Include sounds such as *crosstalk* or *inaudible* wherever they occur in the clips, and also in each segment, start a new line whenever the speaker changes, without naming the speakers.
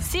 Si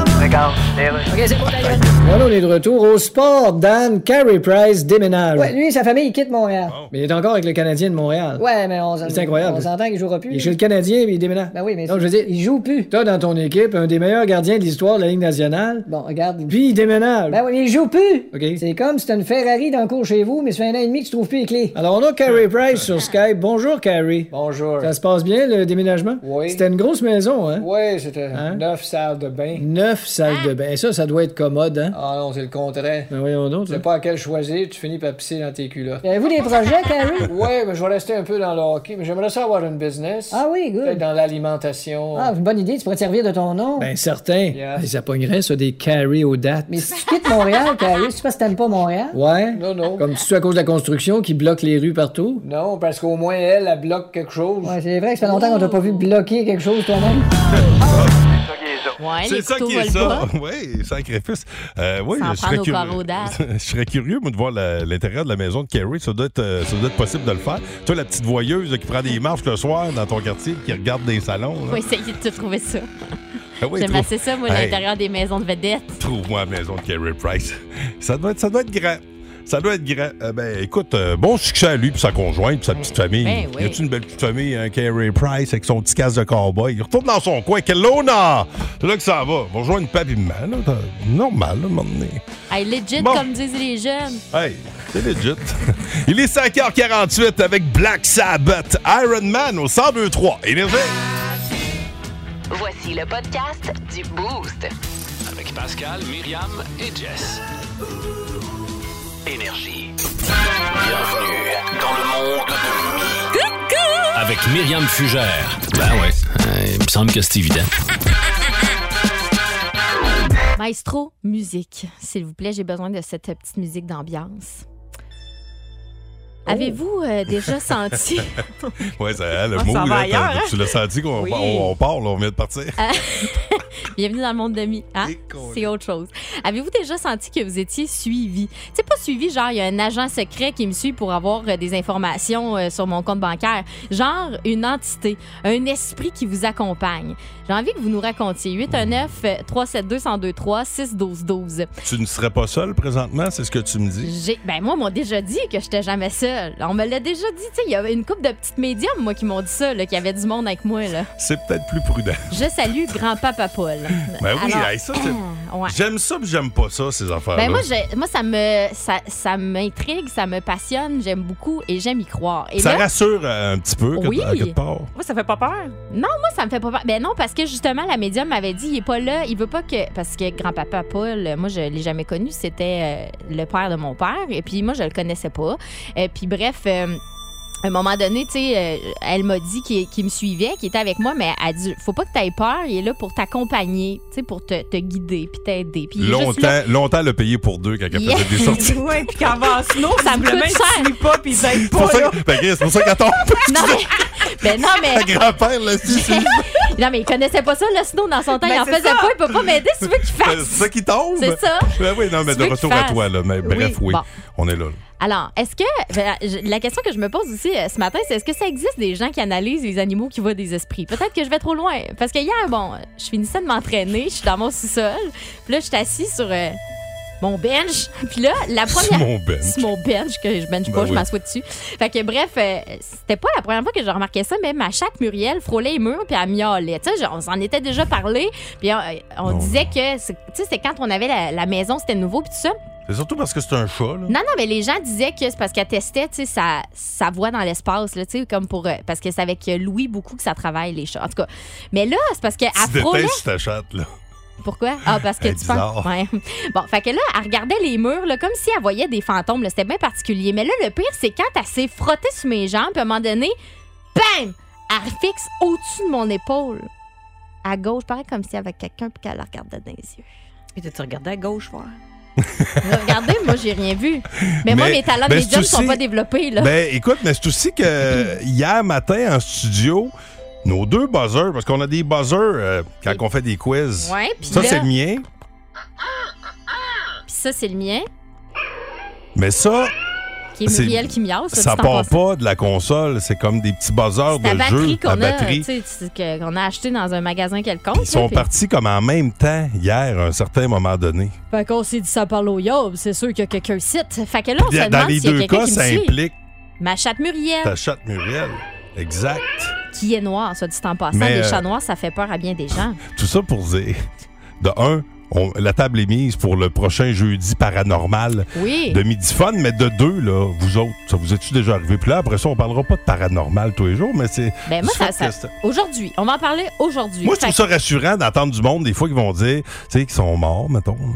Voilà, on est de retour au sport. Dan Carey Price déménage.
Ouais, lui, sa famille, il quitte Montréal.
Mais il est encore avec le Canadien de Montréal.
Ouais, mais on,
C'est incroyable.
on s'entend qu'il jouera plus.
Il est chez le Canadien, mais il déménage.
Ben oui, mais
Donc, je veux dire,
il joue plus.
t'as dans ton équipe un des meilleurs gardiens de l'histoire de la Ligue nationale,
Bon, regarde.
puis il déménage.
Ben oui, mais il joue plus.
OK.
C'est comme si t'as une Ferrari dans le cours chez vous, mais ça fait un an et demi que tu trouves plus les clés.
Alors, on a Carey Price sur Skype. Bonjour, Carey.
Bonjour.
Ça se passe bien, le déménagement?
Oui.
C'était une grosse maison, hein?
Oui, c'était
Hein?
neuf salles de bain.
Neuf salles de bain. Ça, ça doit être commode, hein?
Ah non, c'est le contraire.
Ben voyons donc. Eh,
Tu sais
ça.
pas à quel choisir, tu finis par pisser dans tes culottes.
Avez-vous des projets, Carrie?
Ouais, mais je vais rester un peu dans le hockey, mais j'aimerais ça avoir une business.
Ah oui,
Peut-être
good.
dans l'alimentation.
Ah, c'est une bonne idée, tu pourrais te servir de ton nom.
Ben certain.
Yeah.
Ça pognerait, ça, des Carey aux dates.
Mais si tu quittes Montréal, Carrie, c'est parce que t'aimes pas Montréal.
Ouais?
Non, non.
Comme tu à cause de la construction qui bloque les rues partout?
Non, parce qu'au moins elle, elle bloque quelque chose.
Ouais, c'est vrai que ça fait longtemps qu'on t'a pas vu bloquer quelque chose toi-même.
Ouais,
C'est
les
ça
couteaux
qui est
volent pas.
ça. *laughs* Oui, sacrifice. Euh, oui,
S'en
je serais,
prendre au
curieux-
corps aux dents.
*laughs* je serais curieux, moi, de voir la- l'intérieur de la maison de Kerry. Ça, doit être, euh, ça doit être possible de le faire. Toi, la petite voyeuse là, qui prend des marches le soir dans ton quartier qui regarde des salons. là.
Faut essayer de te trouver ça.
Ah oui,
J'aime
trouve-
assez ça, moi,
Hey.
l'intérieur des maisons de vedettes.
Trouve-moi la maison de Kerry Price. Ça doit être, ça doit être grand. Ça doit être grand. Euh, ben, écoute, euh, bon succès à lui puis sa conjointe puis sa petite famille.
Ben oui.
Y a-tu une belle petite famille, hein, Kerry Price, avec son petit casque de cowboy? Il retourne dans son coin. Quel honneur! C'est là que ça va. Va rejoindre papy maman, là. T'as- Normal, là, à un moment donné.
Hey, legit,
Bon.
comme disent les jeunes.
Hey, c'est legit. *laughs* Il est 5h48 avec Black Sabbath, Iron Man au 102-3. Énervé!
Voici le podcast du Boost.
Avec Pascal, Myriam et Jess. Énergie. Bienvenue dans le monde de Mi. Coucou! Avec Myriam Fugère. Ben ouais, il me semble que c'est évident.
Maestro, musique. S'il vous plaît, j'ai besoin de cette euh, petite musique d'ambiance.
Oh.
Avez-vous euh,
*laughs*
déjà senti.
Ouais, ça, hein, le
On
mot,
s'en
là,
va
t'as-
ailleurs,
tu l'as senti qu'on
Oui.
on, on part, là, on vient de partir.
Bienvenue dans le monde de mi. Hein?
Décolle.
C'est autre chose. Avez-vous déjà senti que vous étiez suivi? C'est pas suivi, genre, il y a un agent secret qui me suit pour avoir euh, des informations euh, sur mon compte bancaire. Genre, une entité, un esprit qui vous accompagne. J'ai envie que vous nous racontiez 819 372 1023 612 12.
Tu ne serais pas seul présentement, c'est ce que tu me dis?
J'ai, ben moi, on m'a déjà dit que j'étais jamais seule. On me l'a déjà dit, tu sais, il y avait une couple de petites médiums, moi, qui m'ont dit ça, là, qu'il y avait du monde avec moi, là.
C'est peut-être plus prudent.
Je salue grand-papa Paul.
Ben oui,
Alors,
hey, ça, c'est-
*clears throat* ouais.
j'aime ça, puis j'aime pas ça, ces affaires-là.
Ben moi, je- moi, ça me ça, ça m'intrigue, ça me passionne, j'aime beaucoup et j'aime y croire. Et
ça
là,
rassure euh, un petit peu, que-
Oui.
à quelque part.
Moi, ça fait pas peur.
moi, ça me fait pas peur. Ben non, parce que justement, la médium m'avait dit, il est pas là, il veut pas que... Parce que grand-papa Paul, euh, moi, je l'ai jamais connu, c'était euh, le père de mon père, et puis moi, je le connaissais pas. Et puis bref... euh, à un moment donné, tu sais, euh, elle m'a dit qu'il qu'il me suivait, qu'il était avec moi, mais elle a dit Faut pas que tu aies peur, il est là pour t'accompagner, tu sais, pour te, te guider, puis t'aider. Puis il est juste là
Longtemps, longtemps le payer pour deux quand elle
Yeah.
faisait des
*laughs*
sorties.
*laughs* Ouais, puis quand avance non,
Ça me coûte
visiblement,
cher.
tu suis pas, puis ils aident
C'est pour
pas,
ça
là.
que- Ben, Chris, c'est pour ça
*laughs*
qu'elle tombe.
Non, mais, *laughs* ben non, mais,
*laughs* Ta grand-père, là, si, si.
*laughs* non, mais il connaissait pas ça, le snow, dans son temps.
Ben,
il en
c'est
faisait
ça.
pas, il peut pas m'aider, si tu veux qu'il
*laughs* C'est ça
fasse.
qui tombe.
C'est ça.
Ben oui, non, mais
Tu
de
veux
retour
qu'il
à
fasse.
toi, là. Mais bref, oui.
Bon.
On est là. là.
Alors, est-ce que. ben, je- La question que je me pose aussi euh, ce matin, c'est est-ce que ça existe des gens qui analysent les animaux qui voient des esprits? Peut-être que je vais trop loin. Parce que hier, bon, je finissais de m'entraîner, je suis dans mon sous-sol, puis là, je suis assis sur euh, mon bench, *laughs* puis là, la
C'est
première.
mon ben.
sur mon bench, que je bench
Ben
pas, je
oui.
m'assois dessus. Fait que bref, euh, c'était pas la première fois que je remarquais ça, mais ma chatte Muriel frôlait les murs puis elle miaulait. Tu sais, je- on s'en était déjà parlé, puis on, euh, on
Non,
disait que, c'est- tu sais, c'est quand on avait la, la maison, c'était nouveau, puis tout ça.
C'est surtout parce que c'est un chat, là.
Non, non, mais les gens disaient que c'est parce qu'elle testait, tu sais, sa, sa voix dans l'espace, là, tu sais, comme pour... euh, Parce que c'est avec euh, Louis beaucoup que ça travaille, les chats. En tout cas, mais là, c'est parce qu'elle
Tu
frôlait...
détestes ta chatte, là.
Pourquoi?
*laughs*
Ah, parce que
Elle est
tu
Eh, bizarre.
penses. Ouais. Bon, fait que là, elle regardait les murs, là, comme si elle voyait des fantômes. là. C'était bien particulier. Mais là, le pire, c'est quand elle s'est frottée sur mes jambes, puis à un moment donné, bam! Elle fixe au-dessus de mon épaule. À gauche, pareil comme si avec quelqu'un, puis qu'elle la regardait dans les yeux.
Puis t'as-tu regardé à gauche,
*laughs*
voir?
Vous regardez, moi, j'ai rien vu. Mais, moi,
Mais-
mes talents
ben,
de
c'est
médium ne sont
aussi-
pas développés, là. *clears throat*
Ben, écoute, mais c'est aussi que hier matin en studio, nos deux buzzers, parce qu'on a des buzzers euh, quand on fait des quiz.
Ouais, puis
ça,
là-
c'est le mien,
Puis ça, c'est le mien,
mais ça,
qui est
C'est-
Muriel qui miaule. Ça,
ça
dit en
part
passant.
pas de la console. C'est comme des petits buzzers
C'est la
de Oh, ben, jeu.
batterie qu'on
La
a, tu
batterie.
sais, tu- que- qu'on a acheté dans un magasin quelconque.
Ils sont partis comme en même temps hier, à un certain moment donné.
Fait qu'on s'est dit ça parle au yob, c'est sûr qu'il y a quelqu'un cite. Fait que là, on se
Dans
demande
les
s'il y a
deux
quelqu'un
cas,
qui
ça
me suit.
implique
Ma chatte Muriel,
ta chatte Muriel. Exact.
qui est noire, soit dit en passant.
Mais,
les
euh,
chats noirs, ça fait peur à bien des gens.
Tout ça pour dire, de un, on- la table est mise pour le prochain jeudi paranormal
Oui.
de midi fun, mais de deux, là, vous autres, ça vous est-tu déjà arrivé? Puis là, après ça, on parlera pas de paranormal tous les jours, mais c'est.
Ben, moi,
du
ça-
fait
ça-
que c'est-
Aujourd'hui, on va en parler aujourd'hui.
Moi, je trouve
Fait
ça rassurant d'entendre du monde, des fois, qui vont dire, tu sais, qu'ils sont morts, mettons, là,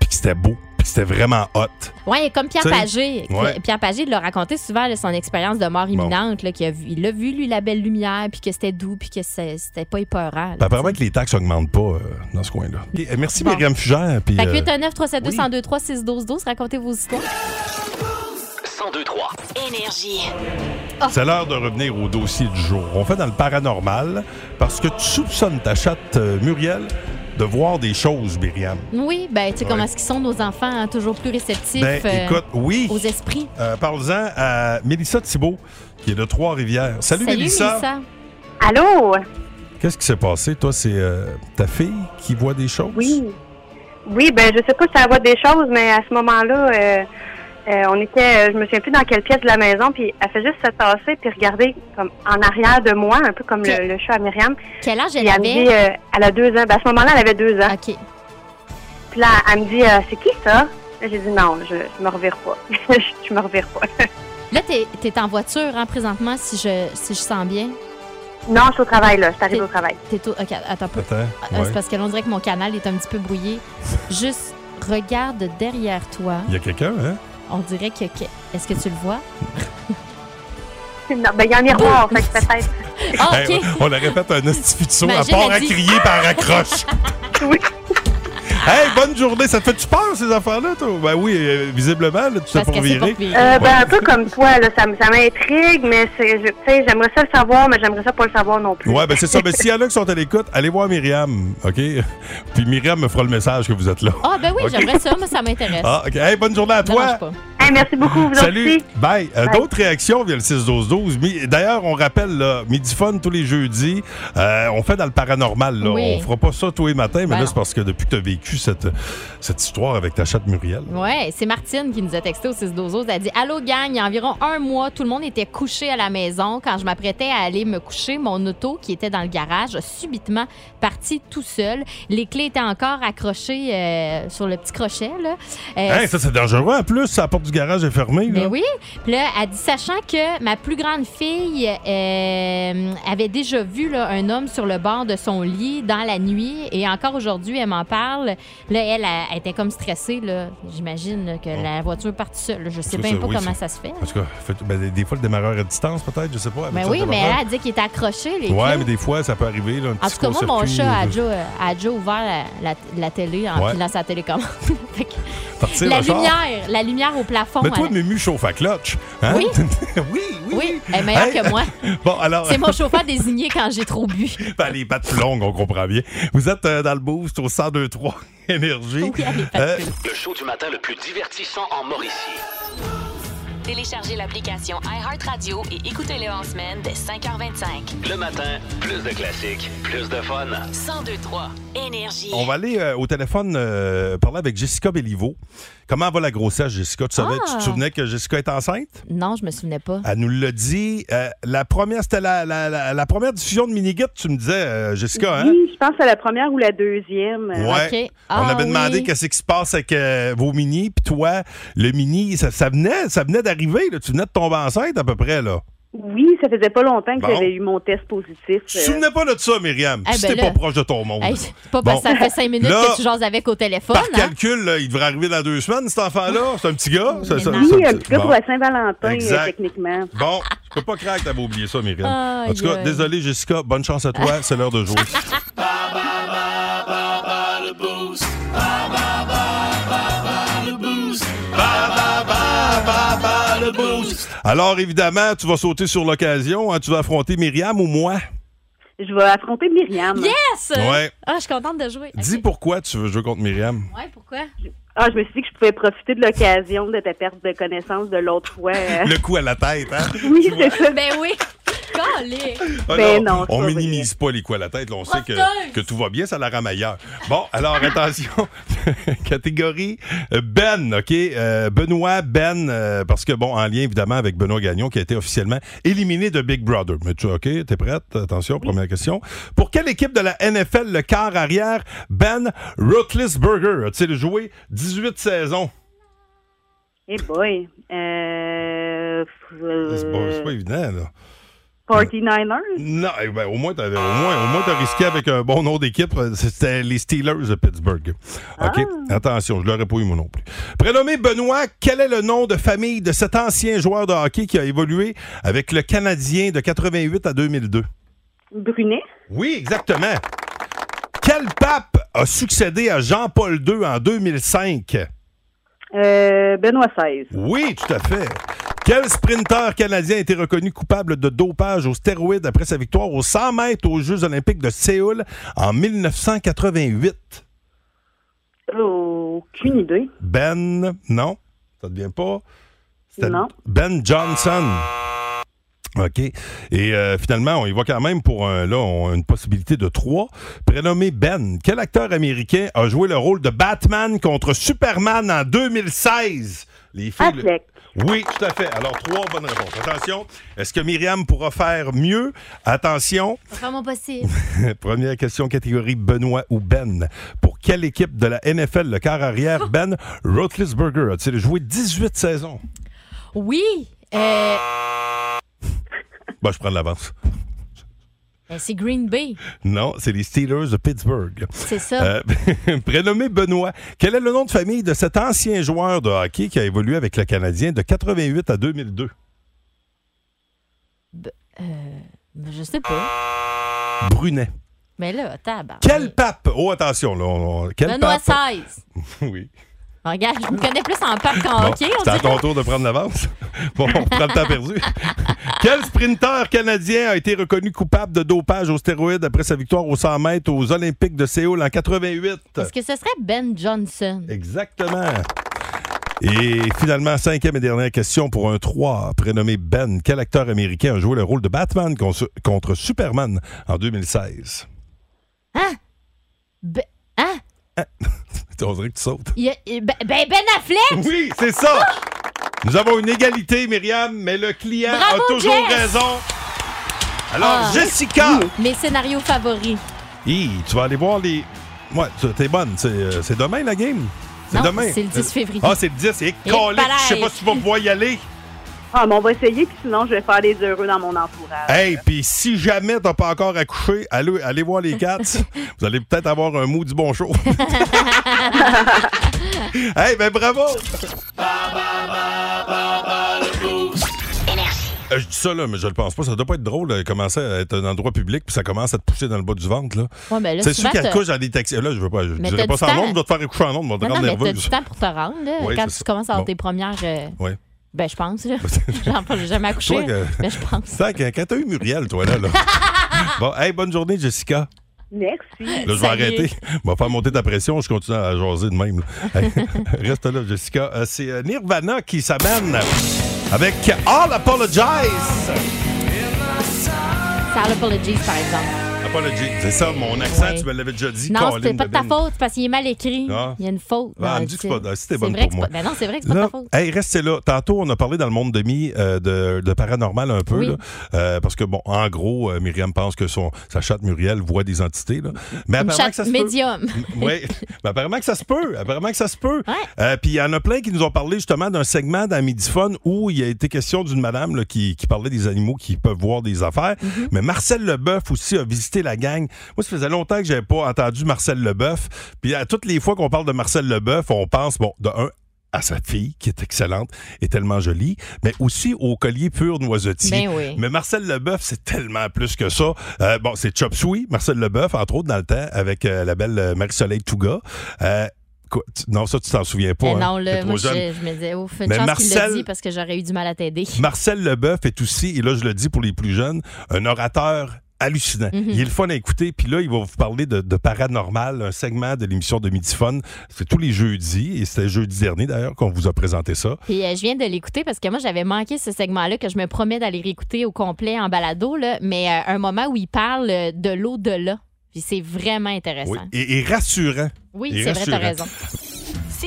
puis que c'était beau, puis que c'était vraiment hot.
que- Ouais, comme Pierre
Tu sais,
Pagé.
ouais.
Pierre Pagé il l'a raconté souvent, là, son expérience de mort imminente, là, qu'il a vu- il a vu, lui, la belle lumière, puis que c'était doux, puis que c'est- c'était pas épeurant. là,
Puis Ben, apparemment
tu
que les taxes augmentent pas euh, dans ce coin-là. Ok, euh, merci,
Bon.
Myriam Fugère. puis,
sais. Fait que
euh,
819 372 1023 612 12 racontez vos histoires.
1023 Énergie.
Ah.
C'est l'heure de revenir au dossier du jour. On fait dans le paranormal parce que tu soupçonnes ta chatte euh, Muriel de voir des choses, Myriam.
Oui, ben, tu sais,
Ouais.
comment est-ce qu'ils sont, nos enfants, hein, toujours plus réceptifs
Ben,
euh,
écoute, oui.
aux esprits.
Euh, Parle-en à Mélissa Thibault, qui est de Trois-Rivières. Salut, Mélissa.
Mélissa.
Allô?
Qu'est-ce qui s'est passé? Toi, c'est euh, ta fille qui voit des choses?
Oui. Oui, ben je sais pas si ça va des choses, mais à ce moment-là, euh, euh, on était, euh, je me souviens plus dans quelle pièce de la maison, puis elle fait juste se tasser puis regarder comme en arrière de moi, un peu comme le, le chat à Myriam.
Quel âge
Puis
elle
elle me dit,
avait?
euh, elle a deux ans. Ben, à ce moment-là, elle avait deux ans.
OK.
Puis là, elle me dit, euh, c'est qui ça? Là, J'ai dit non, je, je me revire pas. *laughs* je, je me revire pas. *laughs*
Là, t'es t'es en voiture, hein, présentement, si je, si je sens bien.
Non, je suis au travail là, je suis arrivée au travail.
T'es au- OK, attends un peu.
Attends.
Ah,
ouais.
C'est parce que l'on dirait que mon canal est un petit peu brouillé. Juste regarde derrière toi.
Il y a quelqu'un, hein?
On dirait que. que- Est-ce que tu le vois?
*laughs* Non, ben il y a un miroir, fait que peut-être.
*laughs*
Ah,
Hey,
OK.
on la
*laughs*
répète un estifito à
Imagine,
part
elle
à
dit-
crier
*laughs*
par accroche.
Oui.
Hey, bonne journée. Ça te fait-tu peur, ces affaires-là, toi? Ben oui, euh, visiblement, là, tu t'es
Parce
pas
que c'est
viré.
pour virer.
Euh,
Ouais.
ben, un peu comme toi, là, ça, m- ça m'intrigue, mais c'est, je- tu sais, j'aimerais ça le savoir, mais j'aimerais ça pas le savoir non plus.
Ouais, ben c'est ça. Mais s'il y en a qui sont à l'écoute, allez voir Myriam, OK? Puis Myriam me fera le message que vous êtes là.
Ah, ben oui,
OK.
j'aimerais ça. Moi, ça m'intéresse.
Ah, OK. Hey, bonne journée à
Dérange
toi.
pas.
Hey, merci beaucoup, vous
Salut.
aussi.
Bye. Euh,
Bye.
D'autres réactions via le 6-12-12. Mi- D'ailleurs, on rappelle, là, Midi Fun tous les jeudis. Euh, on fait dans le paranormal. Là.
Oui.
On fera pas ça tous les matins, mais
Ben
là,
non.
c'est parce que depuis que tu as vécu cette, cette histoire avec ta chatte Muriel.
Ouais, c'est Martine qui nous a texté au 6 12 Elle dit Allô, gang, il y a environ un mois, tout le monde était couché à la maison. Quand je m'apprêtais à aller me coucher, mon auto qui était dans le garage a subitement parti tout seul. Les clés étaient encore accrochées euh, sur le petit crochet. Là. Euh,
Hey, Hein, ça, c'est dangereux. En plus, la porte du garage est fermée.
Mais
là.
Ben oui. Puis là, elle dit, sachant que ma plus grande fille euh, avait déjà vu là, un homme sur le bord de son lit dans la nuit, et encore aujourd'hui, elle m'en parle. Là, elle, elle, elle était comme stressée. là. J'imagine là, que la voiture part seule. Je sais
Ça,
bien
ça,
pas
oui,
comment
ça.
ça se fait.
En tout cas, fait- ben, des- des fois, le démarreur à distance, peut-être, je sais pas.
Mais
Habitude,
oui,
ça
mais
va
elle
faire.
a dit qu'il était accroché. Les
Ouais,
clés.
mais des fois, ça peut arriver. Là, un
En
petit
tout cas, moi, mon
court-circuit,
chat a
euh,
déjà, a déjà ouvert la, la- la télé en
Ouais.
filant sa télécommande. Fait que
partir
la
le char.
lumière, la lumière au plafond.
Mais toi,
elle-
Mému chauffe à cloche. hein?
Oui.
*laughs* oui, oui.
Oui, elle est meilleure
Hey.
que
*laughs*
moi.
Bon, alors, *laughs* euh,
C'est mon chauffeur désigné quand j'ai trop bu.
ben, les pattes longues, on comprend bien. Vous êtes euh, dans le boost au 102.3 *laughs* Énergie.
Oui, allez, pas de
Euh,
plus.
Le show du matin le plus divertissant en Mauricie.
Téléchargez l'application iHeartRadio et écoutez-le en semaine dès 5h25.
Le matin, plus de classiques, plus de fun.
1023 Énergie.
on va aller euh, au téléphone euh, parler avec Jessica Béliveau. Comment va la grossesse, Jessica? Tu, savais,
Ah.
tu te souvenais que Jessica est enceinte?
Non, je me souvenais pas.
Elle nous l'a dit. Euh, la première, c'était la, la- la- la première diffusion de Minigit, tu me disais, euh, Jessica, hein?
je pense à la première ou la deuxième.
Ouais.
OK.
on
Ah,
avait demandé
oui.
qu'est-ce qui se passe avec euh, vos mini, puis toi, le mini, ça, ça venait, ça venait d'arriver, là. tu venais de tomber enceinte à peu près là.
Oui, ça faisait pas longtemps que
Bon.
j'avais eu mon test
euh,
positif.
Tu te souvenais pas de ça, Myriam.
Eh
Si
ben
t'es
là.
pas proche de ton monde.
Hey, c'est pas parce que ça fait cinq minutes
Là,
que tu jases avec au téléphone.
Par
hein?
calcul, là, il devrait arriver dans deux semaines, cet enfant-là. C'est un petit gars. C'est-
Mais
c'est-
non.
c'est-
oui,
c'est-
un petit peu
bon.
pour la Saint-Valentin,
Exact.
euh, techniquement.
Bon, je peux pas croire que t'avais oublié ça, Myriam.
Aïe,
en tout cas,
aïe.
désolé, Jessica. Bonne chance à toi. C'est l'heure de jouer. Alors, évidemment, tu vas sauter sur l'occasion. hein. tu vas affronter Myriam ou moi?
je vais affronter Myriam.
Yes!
Ouais.
Ah, je suis contente de jouer.
Dis pourquoi tu veux jouer contre Myriam.
Ouais, pourquoi?
Ah, je me suis dit que je pouvais profiter de l'occasion de ta perte de connaissance de l'autre fois.
*laughs*
euh.
Le coup à la tête, hein?
Oui, c'est ça.
Ben oui. Calé.
Ah
Ben
non,
non, c'est
on
pas
minimise pas les coups à la tête. là, on sait que,
Porteuse!
que tout va bien, ça la rame ailleurs. Bon, alors attention, *laughs* catégorie euh, Ben, OK? Euh, Benoît Ben, euh, parce que, bon, en lien évidemment avec Benoît Gagnon qui a été officiellement éliminé de Big Brother. Mais tu, OK, t'es prête? Attention, première question. Pour quelle équipe de la NFL, le quart arrière, Ben Roethlisberger a-t-il joué 18 saisons?
Eh boy. Euh,
C'est pas, c'est
euh,
pas évident, là.
49ers?
Non, eh ben, au moins, t'avais, au moins, au moins, t'as risqué avec un bon nom d'équipe. Euh, C'était les Steelers de Pittsburgh. OK. Attention, je l'aurais pas eu, moi non plus. Prénommé Benoît, quel est le nom de famille de cet ancien joueur de hockey qui a évolué avec le Canadien de 88 à 2002?
Brunet?
Oui, exactement. Quel pape a succédé à Jean-Paul II en 2005?
Euh, Benoît XVI.
Oui, tout à fait. Quel sprinteur canadien a été reconnu coupable de dopage aux stéroïdes après sa victoire aux 100 mètres aux Jeux olympiques de Séoul en 1988?
Aucune idée.
Ben, non, ça ne devient pas. C'était
Non.
Ben Johnson. OK. Et euh, finalement, on y voit quand même pour un, là, on- une possibilité de trois. Prénommé Ben, quel acteur américain a joué le rôle de Batman contre Superman en 2016? Les filles, le-
Affleck.
oui, tout à fait. Alors, trois bonnes réponses. Attention, est-ce que Myriam pourra faire mieux? Attention,
Je vais faire mon possible.
*laughs* première question catégorie Benoît ou Ben. Pour quelle équipe de la NFL, le
*laughs*
quart arrière, Ben Roethlisberger a-t-il joué 18 saisons?
Oui. Euh,
Bah, je prends de l'avance.
ben, c'est Green Bay.
Non, c'est les Steelers de Pittsburgh.
C'est ça.
Euh, *laughs* prénommé Benoît, quel est le nom de famille de cet ancien joueur de hockey qui a évolué avec le Canadien de 88 à 2002?
Ben, Je sais pas.
Brunet.
Mais là, tabac.
Quel pape? Oh, attention, là. on- on- quel
Euh. Benoît
pape?
XVI.
*laughs* Oui.
Regarde, je me connais plus en pape qu'en
Bon,
hockey. Ah, on
c'est à
dirait.
ton tour de prendre l'avance. *laughs* Bon, on prend le
*laughs*
temps perdu. Quel sprinteur canadien a été reconnu coupable de dopage aux stéroïdes après sa victoire aux 100 mètres aux Olympiques de Séoul en 88?
Est-ce que ce serait Ben Johnson?
Exactement. Et finalement, cinquième et dernière question pour un 3, prénommé Ben. Quel acteur américain a joué le rôle de Batman con- contre Superman en 2016?
Ben- hein?
On dirait que tu sautes.
Il y a- il- ben, ben Ben Affleck!
*laughs* Oui, c'est ça. Nous avons une égalité, Myriam, mais le client
Bravo,
a toujours
Jess.
raison. Alors,
Ah.
Jessica,
Mes scénarios favoris.
Hi, tu vas aller voir les. Ouais, tu- t'es bonne. C'est, euh, c'est demain la game. C'est
Non,
demain.
c'est le 10 février.
Ah, c'est le 10. Et
Et
collé, je sais
palais.
pas si tu vas pouvoir y aller.
Ah, mais on va essayer, puis sinon, je vais faire les heureux dans mon entourage.
Hey, puis si jamais t'as pas encore accouché, allez, allez voir
*laughs*
les Cats. Vous allez peut-être avoir un mot du bon show. hey, ben bravo! Euh, Je dis ça, là, mais je le pense pas. Ça doit pas être drôle de commencer à être un endroit public puis ça commence à te pousser dans le bas du ventre. là.
Ouais, ben là,
C'est sûr
souvent,
qu'elle
t'as-
couche dans des taxis. Là, je veux pas. Je
Mais
dirais
t'as
pas
du
ça en
temps.
nombre, je dois te faire écoucher en nombre, on va te
Non,
rendre
non, mais t'as
nerveuse.
du temps pour te rendre, là,
Ouais,
quand
c'est
tu
ça.
commences à avoir
Bon.
tes premières. euh,
Ouais.
Ben, je pense,
*laughs*
là. *laughs* J'en j'ai jamais accouché.
Toi que-
Mais je pense.
Ça, hein, quand quand t'as eu Muriel,
*laughs*
toi, là. là. bon, hey, bonne journée, Jessica.
Merci.
Là, je vais
Ça y est.
arrêter. Je vais faire monter ta pression. Je continue à jaser de même. là.
*laughs*
Reste là, Jessica. Euh, C'est euh, Nirvana qui s'amène avec All Apologize.
Ça apologies, par exemple.
Apologize. C'est ça, mon accent,
Ouais.
tu me l'avais déjà dit.
Non,
Colin
c'est pas de ta
Devine.
faute, c'est parce qu'il est mal écrit.
Ah.
Il y a une faute.
Ah,
dans
elle me
le
dit que c'est pas-
titre.
ah, si t'es bonne
vrai
pour
que c'est
moi.
pas- Ben non, c'est vrai que c'est pas de
Là,
ta faute.
hey, restez là. Tantôt, on a parlé dans le monde demi euh, de, de paranormal un peu.
Oui.
là. Euh, parce que, bon, en gros, euh, Myriam pense que son, sa chatte Muriel voit des entités. Là. Mais
Une
apparemment
chatte
que ça se peut.
médium. *laughs*
Oui, mais Ben, apparemment que ça se peut. Apparemment que ça se peut.
Ouais.
Euh, Puis il y en a plein qui nous ont parlé justement d'un segment dans Midiphone où il a été question d'une madame là, qui, qui parlait des animaux qui peuvent voir des affaires.
Mm-hmm.
Mais Marcel Leboeuf aussi a visité la gang. Moi, ça faisait longtemps que j'avais pas entendu Marcel Leboeuf. Puis à toutes les fois qu'on parle de Marcel Leboeuf, on pense, bon, de un à sa fille, qui est excellente et tellement jolie, mais aussi au collier pur noisetier.
Ben oui.
Mais Marcel Leboeuf, c'est tellement plus que ça. Euh, bon, c'est Chop Suey, Marcel Leboeuf, entre autres, dans le temps, avec euh, la belle euh, Marie-Soleil Touga. Euh, quoi, tu- non, ça, tu t'en souviens pas.
Ben
hein?
non,
T'es
là,
trop
moi,
jeune.
je, je me disais, ouf, une chance
Mais
qu'il l'a
Marcel-
dit parce que j'aurais eu du mal à t'aider.
Marcel Leboeuf est aussi, et là, je le dis pour les plus jeunes, un orateur hallucinant.
Mhm.
Il est le fun à écouter. Puis là, il va vous parler de, de paranormal, un segment de l'émission de Midi Fun. C'est tous les jeudis. Et c'était jeudi dernier, d'ailleurs, qu'on vous a présenté ça.
Puis euh, je viens de l'écouter parce que moi, j'avais manqué ce segment-là que je me promets d'aller réécouter au complet en balado, là, mais euh, un moment où il parle euh, de l'au-delà. Puis c'est vraiment intéressant.
Oui. Et, et rassurant.
Oui,
Et
c'est vrai, t'as
rassurant.
raison.
Si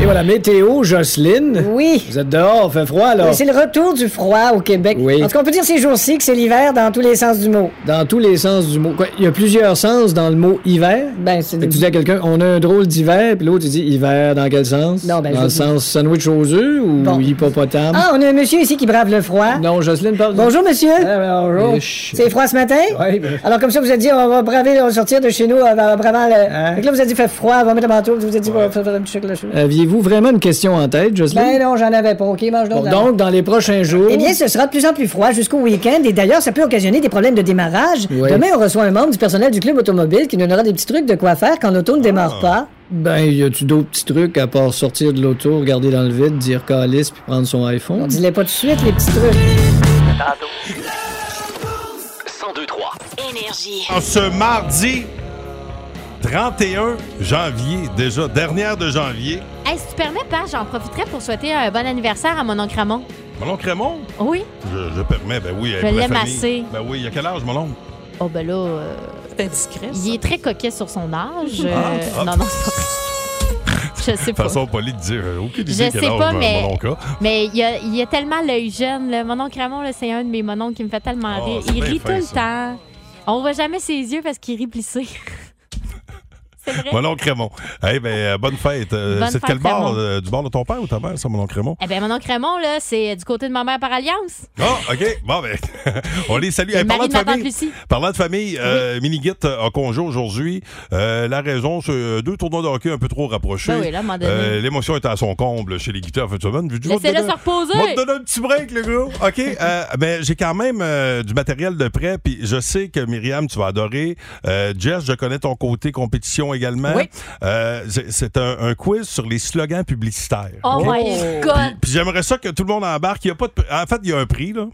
Et voilà, météo, Jocelyne.
Oui.
Vous êtes dehors, fait froid, là.
Mais C'est le retour du froid au Québec.
Oui.
En tout cas, on peut dire ces jours-ci que c'est l'hiver dans tous les sens du mot.
Dans tous les sens du mot. Quoi, Il y a plusieurs sens dans le mot hiver.
Ben, c'est...
Fait que tu dis à quelqu'un, on a un drôle d'hiver, puis l'autre, il dit hiver dans quel sens?
Non, ben, je
dans le
dis-
sens sandwich aux œufs ou
Bon.
hippopotame?
Ah, on a un monsieur ici qui brave le froid.
Non, Jocelyne parle.
Bonjour, monsieur.
Ah, ben, bonjour.
C'est froid ce matin?
Ouais, ben-
Alors, comme ça, vous avez dit, on va braver, on va sortir de chez nous euh, en bravant le...
Hein?
Fait que là, vous avez dit, fait froid, on va mettre le manteau, vous avez dit, on va faire un petit chocolat chaud.
Aviez-vous vraiment une question en tête, Euh, Jocelyne?
Ben non, j'en avais pas. OK, mange
Bon,
donc.
donc, dans les prochains jours.
Eh bien, ce sera de plus en plus froid jusqu'au week-end et d'ailleurs, ça peut occasionner des problèmes de démarrage.
Oui.
Demain, on reçoit un membre du personnel du club automobile qui nous donnera des petits trucs de quoi faire quand l'auto ne démarre pas.
Ben, y a-tu d'autres petits trucs à part sortir de l'auto, regarder dans le vide, dire calice puis prendre son
On
iPhone?
dit les pas tout de suite, les petits trucs.
1023.
Énergie.
En ce mardi 31 janvier, déjà, dernière de janvier,
Hey, si tu permets, Pat, j'en profiterai pour souhaiter un bon anniversaire à mon oncle Ramon.
mon oncle Raymond,
Oui?
je, je permets, ben oui, avec
Je
la
l'aime
famille.
assez.
Ben oui, il y a quel âge, mon oncle?
Oh, ben là, euh,
C'était discret. ça.
il est très coquet sur son âge.
Ah,
Euh,
ah.
Non, non, c'est pas vrai.
*laughs*
Je sais pas.
Façon polie de dire, euh, aucune idée
Je
quel
sais
âge,
pas,
mon-
mais-
mon oncle
*laughs*
a.
Mais il y a, il y a tellement l'œil jeune. là. Mon oncle Ramon, là, c'est un de mes mononcles qui me fait tellement
Ah,
rire.
c'est
Il
bien
rit
fin,
tout le
ça.
temps. On voit jamais ses yeux parce qu'il rit plissé. c'est vrai.
Mon oncle Raymond. Eh ben, euh, bonne fête. Euh,
Bonne
c'est de
fête,
quel bord?
Raymond.
euh, du bord de ton père ou ta mère, ça, mon oncle Raymond?
Eh bien, mon oncle Raymond, là, c'est euh, du côté de ma mère par alliance.
Ah, OK. Bon, ben, *laughs* on les salue. Eh,
le mari
parlant
de
de
ma tante
famille,
Lucie.
parlant de famille euh, Minigit a congé aujourd'hui. Euh, la raison, c'est euh, deux tournois de hockey un peu trop rapprochés.
Ben oui, là, à un moment donné.
Euh, L'émotion était à son comble chez les guitares en fin de semaine. Je vais te
Laissez-le
donner-
se reposer.
Moi, te donner un petit break, le gars. OK. euh, ben, j'ai quand même euh, du matériel de prêt. Puis je sais que Myriam, tu vas adorer. Euh, Jess, je connais ton côté compétition également.
Oui.
Euh, c'est c'est un, un quiz sur les slogans publicitaires.
Oh
OK?
my God!
Puis j'aimerais ça que tout le monde embarque. Il y a pas de... En fait, il y a un prix, là.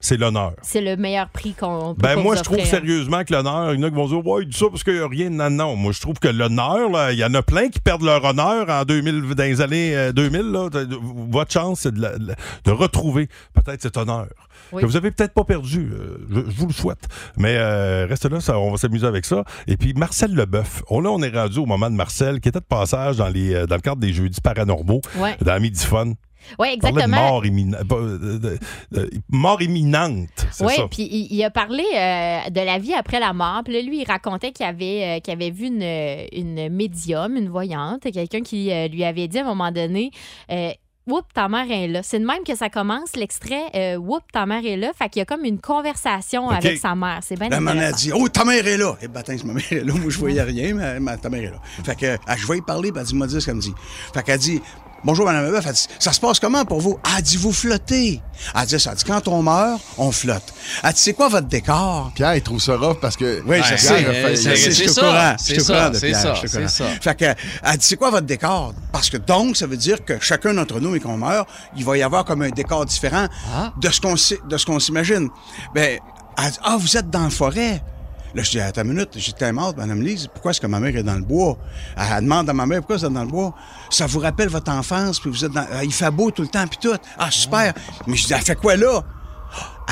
C'est l'honneur.
C'est le meilleur prix qu'on peut
Ben
pas
moi,
vous
je trouve
offrir.
sérieusement que l'honneur, il y en a qui vont dire Ouais, il dit ça parce qu'il n'y a rien. Non, non. Moi, je trouve que l'honneur, là, il y en a plein qui perdent leur honneur en 2000, dans les années euh, 2000. Là, T'as- votre chance, c'est de, la- de la- de retrouver peut-être cet honneur.
Oui.
Que vous avez peut-être pas perdu. Euh, je, je vous le souhaite. Mais euh, reste là, ça, on va s'amuser avec ça. Et puis Marcel Leboeuf. On, là, on est rendu au moment de Marcel, qui était de passage dans, les, euh, dans le cadre des jeudis paranormaux,
Ouais.
dans Midi Fun.
Ouais,
Il parlait de
exactement.
mort, immina- pas, euh, de- de- mort imminente. C'est
Oui,
ça.
puis il, il a parlé euh, de la vie après la mort. Puis là, lui, il racontait qu'il avait, euh, qu'il avait vu une, une médium, une voyante, quelqu'un qui euh, lui avait dit à un moment donné euh, Oups, ta mère est là. C'est de même que ça commence, l'extrait euh, Oups, ta mère est là. Fait qu'il y a comme une conversation
OK.
avec sa mère. C'est bien
La maman a
intéressant.
dit Oh, ta mère est là! Et ben, attends, ma mère est là. Moi, je voyais rien, mais ma- ta mère est là. Fait que, euh, je vais y parler, puis elle dit, m'a dit ce qu'elle me dit. Fait qu'elle dit, Bonjour, madame Leboeuf. Elle dit, Ça se passe comment pour vous? Elle dit, Vous flottez. Elle dit, ça. Elle dit, Quand on meurt, on flotte. Elle dit, C'est quoi votre décor?
Pierre, il trouve ça rough parce que.
Oui, je
Pierre
sais.
a
je
failli-
sais, je suis au
ça,
courant. Je
c'est
suis au
ça,
courant de
c'est
Pierre,
ça,
je suis au
c'est
courant.
ça.
Fait que, elle dit, c'est quoi votre décor? Parce que donc, ça veut dire que chacun d'entre nous, mais qu'on meurt, il va y avoir comme un décor différent de ce qu'on sait- de ce qu'on s'imagine. Ben, elle dit, ah, vous êtes dans la forêt. Là, je dis, attends une minute, j'étais morte, madame Lise, pourquoi est-ce que ma mère est dans le bois? Elle, elle demande à ma mère, pourquoi vous êtes dans le bois? Ça vous rappelle votre enfance, puis vous êtes dans, il fait beau tout le temps, puis tout. Ah, super. Mais je dis, elle fait quoi là?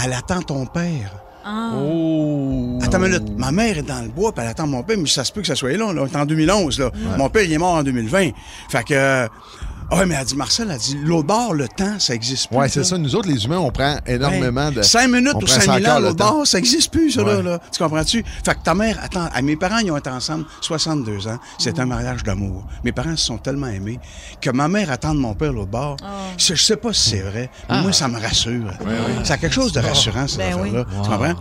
Elle attend ton père.
Ah.
Ah.
Oh.
Attends une minute. Ma mère est dans le bois, puis elle attend mon père, mais ça se peut que ça soit long. Là. On est en 2011. Là. Mon père, il est mort en 2020. Fait que. euh, Ah ouais, mais elle dit, Marcel, elle dit, l'autre bord, le temps, ça existe plus.
Ouais, c'est ça. Nous autres, les humains, on prend énormément de.
5 minutes
on
ou
prend
5
ça
000
encore
ans,
le
l'autre
temps.
bord, ça existe plus, ça, là,
Ouais.
là. Tu comprends-tu? Fait que ta mère, attends, ah, mes parents, ils ont été ensemble 62 ans. C'est
Mm.
un mariage d'amour. Mes parents se sont tellement aimés que ma mère attend de mon père l'autre bord.
Ah.
Je je sais
Ah.
pas si c'est vrai, mais moi, ça me rassure. Ça a quelque chose de rassurant, cette
Ben oui.
affaire-là. Tu comprends?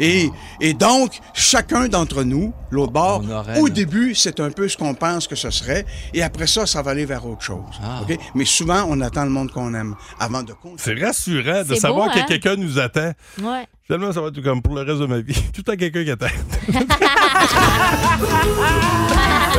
Et, et donc, chacun d'entre nous, l'autre bord,
aurait
au
notre-
début, c'est un peu ce qu'on pense que ce serait. Et après ça, ça va aller vers autre chose. OK? Mais souvent, on attend le monde qu'on aime avant de continuer.
C'est rassurant de
C'est
savoir
beau,
que
hein?
quelqu'un nous attend.
Ouais.
Finalement, ça va être comme pour le reste de ma vie. *laughs* Tout le temps quelqu'un qui attend.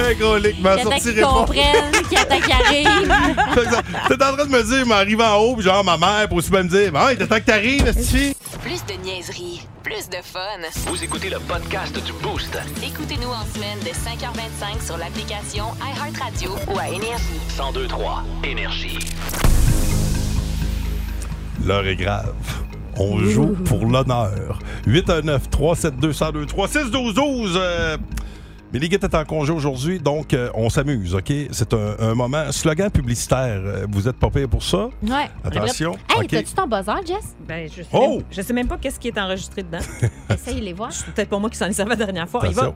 Un gros lick, m'en
Qu'attends qu'ils
sortirai pas.
comprennent, qu'attends qu'ils
*laughs*
arrivent.
Fait que ça- T'es en train de me dire, m'arrive en haut, puis genre ma mère, pour aussi bien me dire, ben, il est temps que t'arrives, esti.
Plus de niaiserie, plus de fun.
Vous écoutez le podcast du Boost.
Écoutez-nous en semaine de 5h25 sur l'application iHeartRadio ou à Énergie.
1023 Énergie.
L'heure est grave. On joue pour l'honneur. 819 372 1023 612 12 Mais les gars Euh, est en congé aujourd'hui, donc euh, on s'amuse, OK? C'est un, un moment. Slogan publicitaire, euh, vous êtes pas payé pour ça?
Ouais.
Attention,
Hey,
ok.
t'as-tu ton buzzer, Jess?
Ben, je sais,
Oh!
même, je sais même pas qu'est-ce qui est enregistré dedans.
*laughs* Essaye de les voir.
C'est peut-être pas moi qui s'en est servi la dernière fois. Il va.
Attention.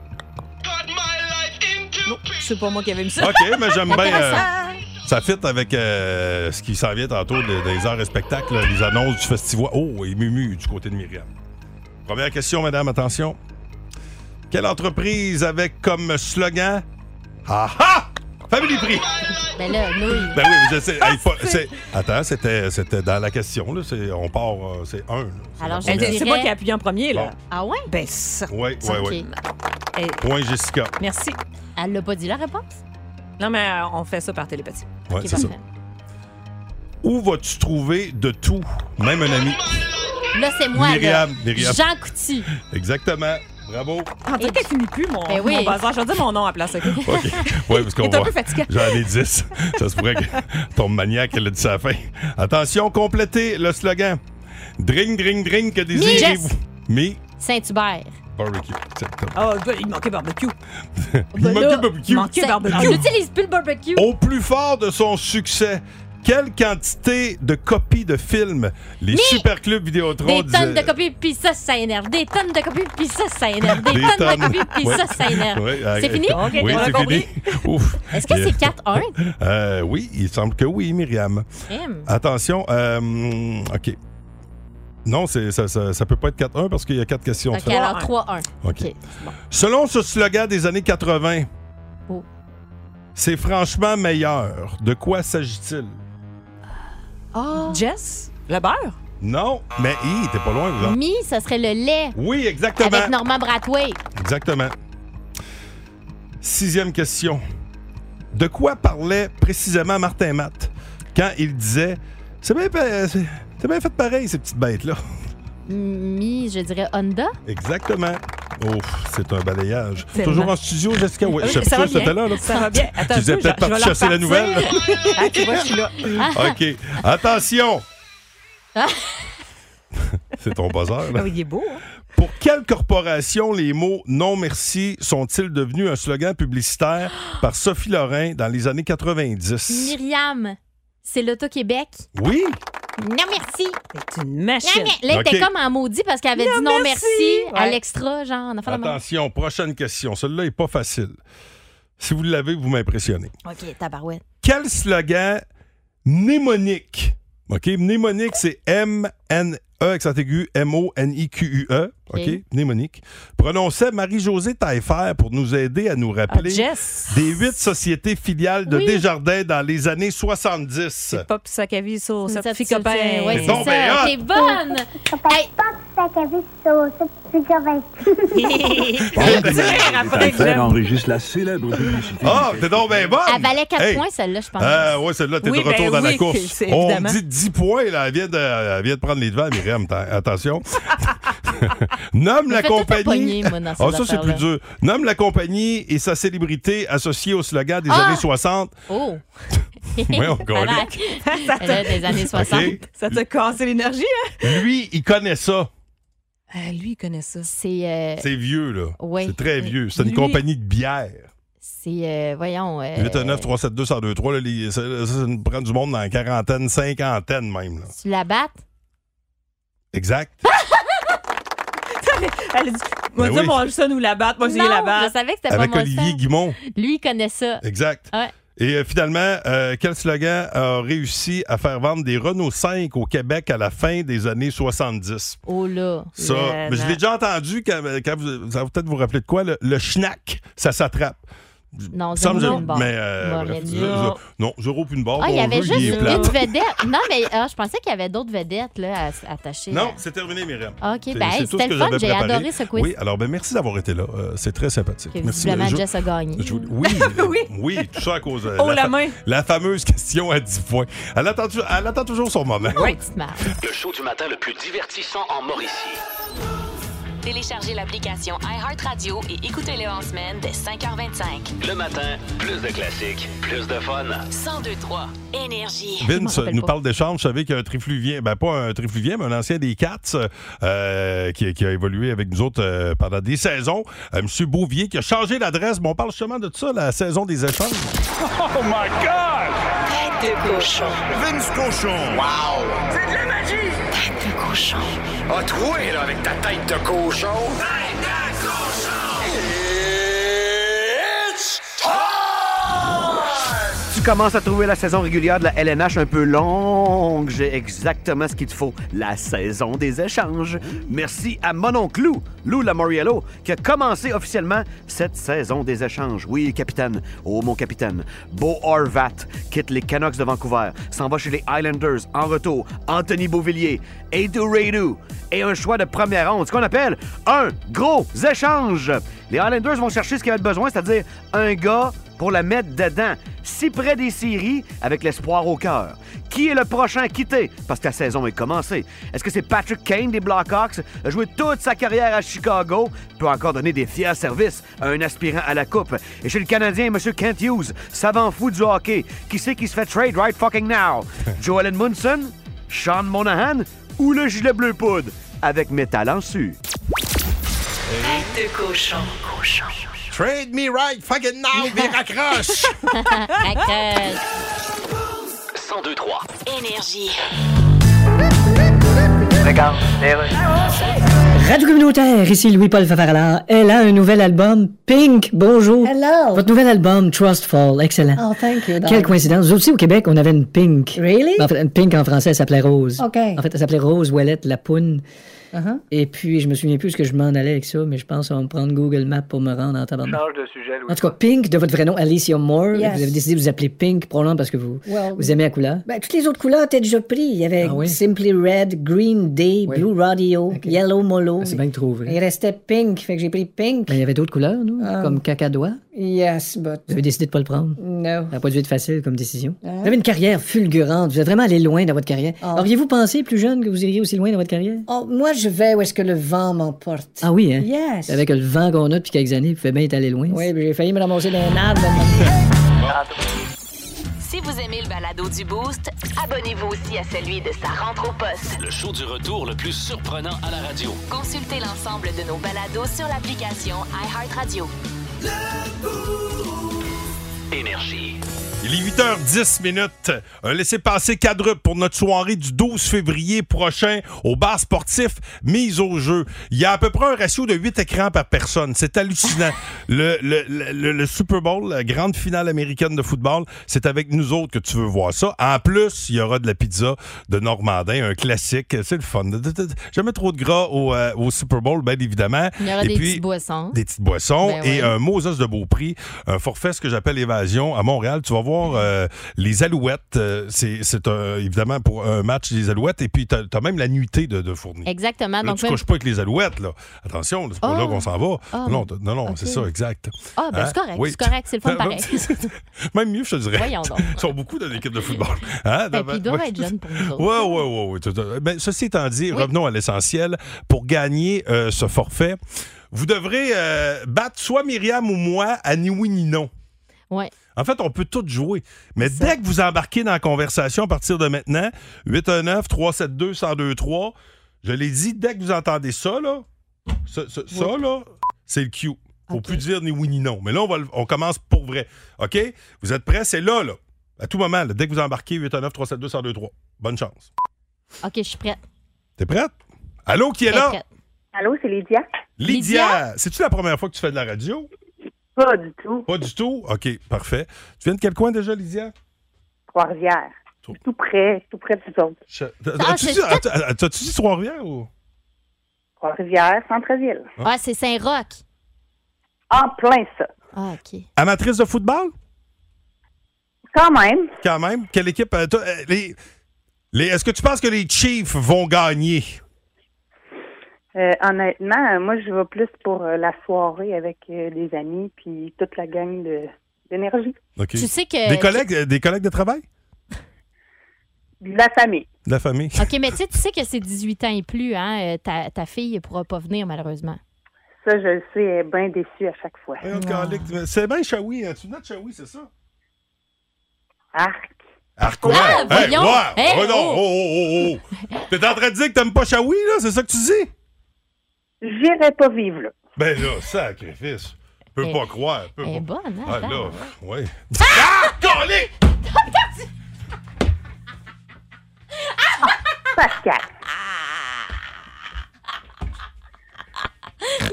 Non, c'est pas moi qui avait mis ça.
OK, mais j'aime bien. euh, ça fit avec euh, ce qui s'en vient tantôt de- des heures de spectacle, les annonces du festival. Oh, et Mumu du côté de Myriam. Première question, madame, attention. Quelle entreprise avec comme slogan Ah ah Family Prix
*laughs* Ben là, nouille.
Ben oui, mais je sais. hey, pas- c'est- Attends, c'était c'était dans la question. Là, c'est- on part, euh, c'est un. là.
Alors, je
Ben,
dirais...
C'est moi qui ai appuyé en premier, là.
Bon.
Ah ouais?
Ben, ça.
Oui, oui, oui.
Hey,
Point Jessica.
merci.
Elle l'a pas dit la réponse?
Non, mais euh, on fait ça par télépathie.
Ouais, c'est ça. Où vas-tu trouver de tout, même un ami?
Là, c'est moi,
Myriam,
là.
Myriam.
Jean Couty.
Exactement. Bravo.
En tout cas, tu finis plus mon,
Ben oui.
mon bazar. Je vais dire mon nom à la place. OK?
*laughs* OK. Oui, parce qu'on
Il est un
va-
peu fatigué.
*laughs* J'en ai 10. Ça se pourrait que ton maniaque, elle a dit ça à la fin. Attention, complétez le slogan. Drink, drink, drink, que désirez-vous? Me,
Saint-Hubert.
barbecue. Exactement.
Ah, ben, il manquait barbecue.
*laughs*
Oh,
Il manquait barbecue. Oh,
manquait barbecue.
On n'utilise plus le barbecue.
Au plus fort de son succès, quelle quantité de copies de films les
Me.
superclubs Vidéotron
Des tonnes de
disaient-
copies, puis ça, ça énerve. Des tonnes de copies, puis ça, ça énerve. Des,
Des
tonnes de
tonnes.
copies, puis
Ouais.
ça, ça énerve.
Ouais,
c'est
euh,
fini?
Oui, c'est fini. Ouf.
Est-ce que
Et-
c'est 4-1?
*laughs* Euh, oui, il semble que oui, Myriam.
Crime.
Attention, euh, OK. Non, c'est- ça, ça, ça peut pas être 4-1 parce qu'il y a 4 questions. de
OK,
Ah, fait.
alors 3-1.
OK. Selon ce slogan des années 80,
Oh.
c'est franchement meilleur. De quoi s'agit-il?
Ah.
Jess, le beurre?
Non, mais hi, t'es pas loin, vous en-
Mi, ça serait le lait.
Oui, exactement.
Avec Norman Brathwaite.
Exactement. Sixième question. De quoi parlait précisément Martin Matt quand il disait C'est bien, pa- c'est- c'est bien fait pareil, ces petites bêtes-là.
Mi, je dirais Honda.
Exactement. Ouf, c'est un balayage.
Tellement.
Toujours en studio, Jessica? Ouais,
Oui,
je sais
ça
pas
va
si c'était
bien.
là. là.
Ça va bien. Attends
tu
un
disais
peu,
peut-être
je- je vais
parti
la
chasser la
repartir. Ah.
nouvelle.
Ah, tu vois, je suis là.
Ah,
OK. Attention! C'est ton buzzer, là.
Ah oui, il est beau. hein?
Pour quelle corporation les mots non merci sont-ils devenus un slogan publicitaire par Sophie Lorrain dans les années 90?
Myriam, c'est l'Auto-Québec.
Oui?
Non, merci.
C'est une machine.
Non, mais- Là, il était
Ok.
comme en maudit parce qu'elle avait dit non, merci,
merci.
à
Ouais.
l'extra, genre, en affaire de même.
Attention, prochaine question. Celle-là est pas facile. Si vous l'avez, vous m'impressionnez.
OK, tabarouette.
Quel slogan mnémonique? OK, mnémonique, c'est M-N-E, accent aigu, M-O-N-I-Q-U-E. E. OK,
Ok.
mnémonique. Prononçait Marie-Josée Taillefer pour nous aider à nous rappeler
Ah, Jess.
des huit sociétés filiales de
Oui.
Desjardins dans les années 70.
Pop sac à vie sur
Ça,
sa
tu
fille
sais,
copain.
Eh, ouais,
Mais donc,
c'est
ben,
ça.
hot.
T'es bonne. Hey,
*laughs*
Taillefer enregistre la célèbre publicité.
Ah, t'es donc bien bonne!
elle valait 4
Hey.
points, celle-là, je pense.
Ah ouais, celle-là, t'es
Oui,
de retour
ben
dans la
oui,
course.
*laughs* c'est
On
évidemment.
dit 10 points, là. Elle vient de, elle vient de prendre les devants, Myriam. T'as- Attention. *laughs* Nomme
Me
la
fais tout
compagnie.
empoigner, moi, dans ces
Ah, ça, c'est
affaires-là.
plus dur. Nomme la compagnie et sa célébrité associée au slogan des
Ah!
années 60.
Oh!
Voyons,
Voilà. Elle a des années 60.
Ok.
Ça t'a cassé l'énergie, hein?
Lui, il connaît ça.
hein?
Ah, lui, il connaît ça.
C'est. euh,
C'est vieux, là.
Oui.
C'est très vieux. C'est une
Lui-
compagnie de bière.
C'est. euh, voyons. euh,
819 372 1023 là, les- ça, ça, ça nous prend du monde dans la quarantaine, cinquantaine même. là.
Tu la battes?
Exact.
*laughs* Elle a dit, moi,
Ben
ça,
oui.
moi, ça nous la batte. Moi, j'ai
Non,
la batte.
Je savais que c'était pas
Avec
mon
Olivier
sang.
Guimont.
Lui, il connaît ça. Ah
Exact.
Ouais.
Et euh, finalement, euh, quel slogan a réussi à faire vendre des Renault 5 au Québec à la fin des années 70?
Oh là.
Ça,
là,
mais je
là.
l'ai déjà entendu quand, quand vous, vous allez peut-être vous rappeler de quoi, le, le schnack, ça s'attrape.
Non,
Il semble
zéro
que-
une barre.
Mais, euh,
Bon,
bref,
mais
je-
zéro.
je- non, zéro puis une barre.
Ah, il y
mon
avait
jeu, est
juste une
plate.
vedette. Non, mais ah, je pensais qu'il y avait d'autres vedettes là, à- attachées.
Non, c'est terminé, Myriam.
Ah, ok,
C'est-
ben,
c'est
hey,
tout
c'était
ce que
le fun,
j'avais
j'ai
préparé.
adoré ce quiz.
Oui, alors, ben, merci d'avoir été là. Euh, c'est très sympathique.
Que
merci.
visiblement,
Je-
Jess a gagné. *laughs*
je- oui,
Oui.
oui, tout ça à cause de
Oh, la main.
la fameuse question à 10 points. Elle attend, tu- elle attend toujours son moment.
Le show du matin le plus divertissant en Mauricie.
Téléchargez l'application iHeartRadio et écoutez-le en semaine dès 5h25.
Le matin, plus de classiques, plus de fun.
1023 Énergie.
Vince nous parle d'échange. Vous savez qu'il y a un trifluvien, ben pas un trifluvien, mais un ancien des Cats euh, qui, qui a évolué avec nous autres euh, pendant des saisons. Euh, Monsieur Bouvier qui a changé d'adresse. Bon, on parle justement de ça, la saison des échanges.
Oh my God! Tête de cochon. Vince cochon. Wow! C'est de la magie! Tête de cochon. A troué, là, avec ta tête de cochon. Tête de cochon! It's
Tu commences à trouver la saison régulière de la LNH un peu longue. J'ai exactement ce qu'il te faut. La saison des échanges. Merci à mon oncle Lou, Lou Lamoriello, qui a commencé officiellement cette saison des échanges. Oui, capitaine. Oh, mon capitaine. Beau Horvat quitte les Canucks de Vancouver, s'en va chez les Islanders. En retour, Anthony Beauvillier, Edu Redu. Et un choix de première ronde, ce qu'on appelle un gros échange. Les Islanders vont chercher ce qu'ils avaient besoin, c'est-à-dire un gars pour la mettre dedans, si près des séries, avec l'espoir au cœur. Qui est le prochain à quitter? Parce que la saison est commencée. Est-ce que c'est Patrick Kane des Blackhawks? A joué toute sa carrière à Chicago, peut encore donner des fiers services à un aspirant à la Coupe. Et chez le Canadien, M. Kent Hughes, savant fou du hockey, qui sait qui se fait trade right fucking now? Joel Munson? Sean Monahan? Ou le gilet bleu poudre? Avec mes talents su.
Tête de cochon. Cochon.
Trade me right fucking now, mais
*laughs*
raccroche!
Raccroche.
1023.
Énergie.
Regarde,
Radio communautaire, ici Louis-Paul Favaralard. Elle a un nouvel album, Pink. Bonjour. Hello. Votre nouvel album, Trust Fall. Excellent.
Oh, thank you.
Quelle
darling.
coïncidence. Nous aussi, au Québec, on avait une Pink. Ben,
Really?
En fait, une Pink en français, elle s'appelait Rose.
OK.
En fait, elle s'appelait Rose Ouellette Lapoune.
Uh-huh.
Et puis, je me souviens plus ce que je m'en allais avec ça, mais je pense qu'on va me prendre Google Maps pour me rendre en tabarnak.
Change de sujet, Louis.
En tout cas, Pink, de votre vrai nom, Alicia Moore,
Yes.
vous avez décidé de vous appeler Pink, probablement parce que vous,
Well,
vous aimez la couleur.
Ben, toutes les autres couleurs étaient déjà prises. Il y avait
Ah oui?
Simply Red, Green Day, Blue Radio, Yellow Molo.
Ah, C'est bien trouvé.
Il restait Pink, fait que j'ai pris Pink.
Mais il y avait d'autres couleurs, non?
Ah.
Comme cacadois.
Yes, but
Vous avez décidé de pas le prendre.
no.
Ça n'a pas dû être facile comme décision.
Ah.
Vous avez une carrière fulgurante. Vous êtes vraiment allé loin dans votre carrière.
Ah.
Auriez-vous pensé, plus jeune, que vous iriez aussi loin dans votre carrière?
Oh, moi, je vais où est-ce que le vent m'emporte.
Ah oui, hein?
Yes.
Avec le vent qu'on a depuis quelques années, vous pouvez bien être allé loin.
Oui, puis j'ai failli me ramasser dans un arbre.
Si vous aimez le balado du Boost, abonnez-vous aussi à celui de sa rentre au poste.
Le show du retour le plus surprenant à la radio.
Consultez l'ensemble de nos balados sur l'application iHeartRadio.
Énergie.
Il est 8h10 minutes. Un laissez-passer quadruple pour notre soirée du 12 février prochain au bar sportif Mise au jeu. Il y a à peu près un ratio de 8 écrans par personne. C'est hallucinant. le, le- le- le- le Super Bowl, la grande finale américaine de football, c'est avec nous autres que tu veux voir ça. En plus, il y aura de la pizza de Normandin, un classique. C'est le fun. De- de- de- Jamais trop de gras au, euh, au Super Bowl, bien évidemment.
Il y aura
Et
des
puis-
petites boissons.
des petites boissons
Hein? Ben
et
ouais.
un Moses de beau prix, un forfait ce que j'appelle évasion à Montréal. Tu vas voir euh, les Alouettes. euh, c'est c'est un- évidemment pour un match des Alouettes et puis t'as as même la nuitée de, de fourni.
Exactement.
Là,
Eh, ah, donc,
tu
même-
couches pas avec les Alouettes là. Attention, là, c'est pas
Ah.
là qu'on s'en va.
Ah.
non, t- non, non, c'est
Ok.
ça, exact.
Ah, ben,
Hein?
c'est correct,
Oui.
c'est correct, c'est le fun pareil.
*laughs* Même mieux, je te dirais.
Voyons donc.
*laughs* Ils sont beaucoup dans l'équipe de football. Hein?
Ben, puis ils doivent
Ouais.
être jeunes pour nous autres.
Ouais, ouais, ouais, ouais, tout à- Ben, ceci étant dit, revenons à l'essentiel. Pour gagner euh, ce forfait, vous devrez euh, battre soit Myriam ou moi à ni oui ni non.
Ouais.
En fait, on peut tout jouer. Mais dès que vous embarquez dans la conversation à partir de maintenant, 819 372 1023, je l'ai dit, dès que vous entendez ça, là, ça, ça- ça, là, c'est le cue. Faut plus dire ni oui ni non. Mais là, on, va le- on commence pour vrai. OK? Vous êtes prêts? C'est là, là. À tout moment, là, dès que vous embarquez, 819 372 1023. Bonne chance.
OK, je suis prête.
T'es prête? Allô, qui est
Très
là?
prête.
Allô, c'est Lydia?
Lydia! C'est-tu la première fois que tu fais de la radio?
Pas du tout.
Pas du tout? OK, parfait. Tu viens de quel coin déjà, Lydia?
Trois-Rivières. Tout près, tout près des autres.
Je-
Ah,
As-tu
c'est
dit-
ça.
as-tu- as-tu dit Trois-Rivières ou?
Trois-Rivières, centre-ville.
Ah, c'est Saint-Roch.
En plein ça.
Ah, OK.
Amatrice de football?
Quand même.
Quand même. Quelle équipe? euh, toi, euh, les, les- Est-ce que tu penses que les Chiefs vont gagner?
Euh, honnêtement, moi, je vais plus pour euh, la soirée avec euh, des amis puis toute la gang de- d'énergie.
OK.
Tu sais que-
Des collègues, euh, des collègues de travail?
De la famille.
De la famille?
OK, mais tu sais, tu sais que c'est 18 ans et plus, hein? euh, Ta, ta fille ne pourra pas venir, malheureusement.
Ça, je le sais, elle est bien déçue à chaque fois.
Hey, autre calique, tu- C'est bien Shawi. hein. Tu venais de Shawi, c'est ça?
Arc.
Arcois.
Ah, voyons.
ouais.
Hey,
Oh, non.
oh.
Oh, oh, oh, oh. T'es en train de dire que t'aimes pas Shawi, là? C'est ça que tu dis?
J'irai pas vivre là.
Ben là, sacrifice. Je peux
Eh,
pas croire. Peux
eh,
pas.
bonne, hein,
Ah,
attends,
là,
ouais.
ouais.
Ah! Pascal.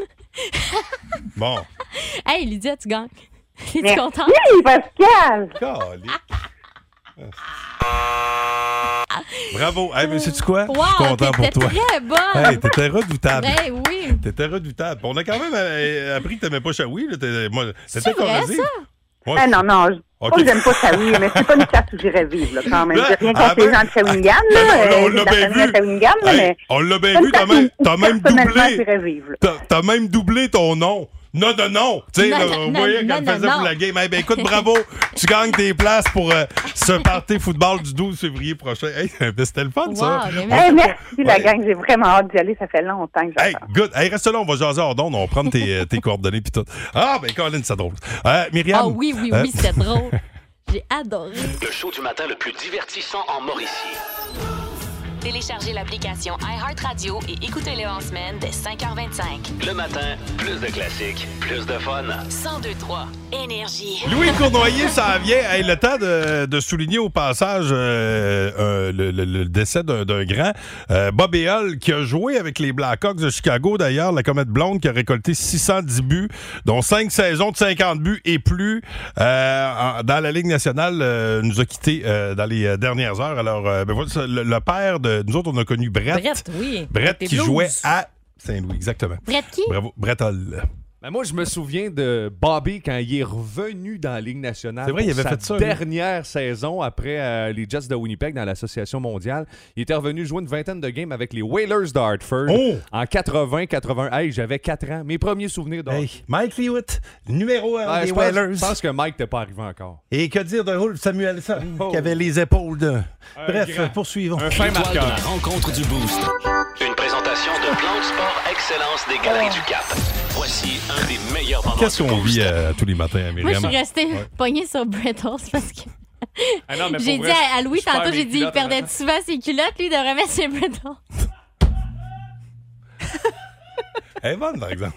*laughs* Bon.
Hey, Lydia, tu gagnes. *laughs* Es-tu
Merci,
contente?
Pascal! *laughs*
Calique. Bravo. Hey, mais sais-tu quoi?
Wow,
Je suis content pour
t'étais
toi.
très bonne.
Hey, t'étais redoutable.
Ben oui.
T'étais redoutable. On a quand même euh, appris que t'aimais pas Shawi. là. T'es- moi, C'était
vrai,
corrosif. Ouais.
Ah non, non, je...
Ok.
oh, j'aime pas Shawi, mais c'est pas une place où j'irais vivre, là, quand même. J'ai rien
Ah
contre les
ben,
gens de Shawinigan,
ah,
là.
ben, on
euh, j'ai
l'a
de la
bien
famille
vu.
à Shawinigan, là,
Hey,
mais...
on l'a bien
c'est une
vu, t'as
place
même,
où
t'as même
Personnellement,
doublé.
j'irais vivre, là.
T'as t'as même doublé ton nom. Non, non, non. Tu sais,
Non,
là,
non,
vous
non,
voyez,
non,
quand
non,
faisait
non.
pour la game. Eh ben, écoute,
*laughs*
bravo. tu gagnes tes places pour euh, ce party football du 12 février prochain. Hey, *laughs* c'était le fun, ça.
Wow, mais
On
Eh, merci,
s'est pas-
la
Ouais.
gang. J'ai vraiment hâte d'y aller. Ça fait longtemps que j'attends.
Good. Hey, reste là, on va jaser hors d'onde, on va prendre tes, euh, tes coordonnées puis tout. Ah, ben Colin, c'est drôle. Euh, Myriam.
Ah oui, oui,
euh,
oui, c'était drôle. J'ai adoré.
Le show du matin le plus divertissant en Mauricie.
Téléchargez l'application iHeartRadio et écoutez-le en semaine dès 5h25.
Le matin, plus de classiques, plus de fun.
1023 Énergie.
Louis Cournoyer, ça vient. Hey, le temps de, de souligner au passage euh, euh, le, le- le décès d'un d'un grand. Euh, Bob Éole, qui a joué avec les Blackhawks de Chicago, d'ailleurs, la comète blonde, qui a récolté 610 buts, dont 5 saisons de 50 buts et plus euh, en- dans la Ligue nationale, euh, nous a quittés euh, dans les euh, dernières heures. Alors, euh, ben voilà, ça, le, le père de... Nous autres, on a connu Brett.
Brett, oui.
Brett
Des
qui
Blues.
jouait à Saint-Louis, exactement.
Brett qui?
Bravo, Brett Hall.
Ben, moi, je me souviens de Bobby quand il est revenu dans la Ligue nationale.
C'est vrai,
pour
il avait
sa
fait ça, lui.
dernière saison après euh, les Jets de Winnipeg dans l'Association mondiale. Il était revenu jouer une vingtaine de games avec les Whalers de Hartford
Oh!
en 80-81. Hey, j'avais 4 ans. Mes premiers souvenirs de Ben,
Mike Lewitt, numéro un des
je pense-
Whalers.
Je pense que Mike n'était pas arrivé encore.
Et que dire de Rolf Samuelson, qui avait les épaules de... Bref,
Oh. grand.
poursuivons.
Un fin
Étoile de
marqueur.
la rencontre du Boost. Une présentation de Plan de Sport Excellence des Galeries du Cap. Voici un des meilleurs moments.
Qu'est-ce qu'on vit euh, tous les matins à
Moi, je
Myriam?
suis restée
Ouais.
pognée sur Brett Hall *laughs* parce que.
Ah non, mais pour
j'ai
vrai,
dit à, à Louis
je perds
tantôt,
mes
j'ai dit il
culottes en
perdait
même temps.
souvent ses culottes, lui, de remettre ses Brett
*laughs*
Hall.
Elle est bonne, par exemple.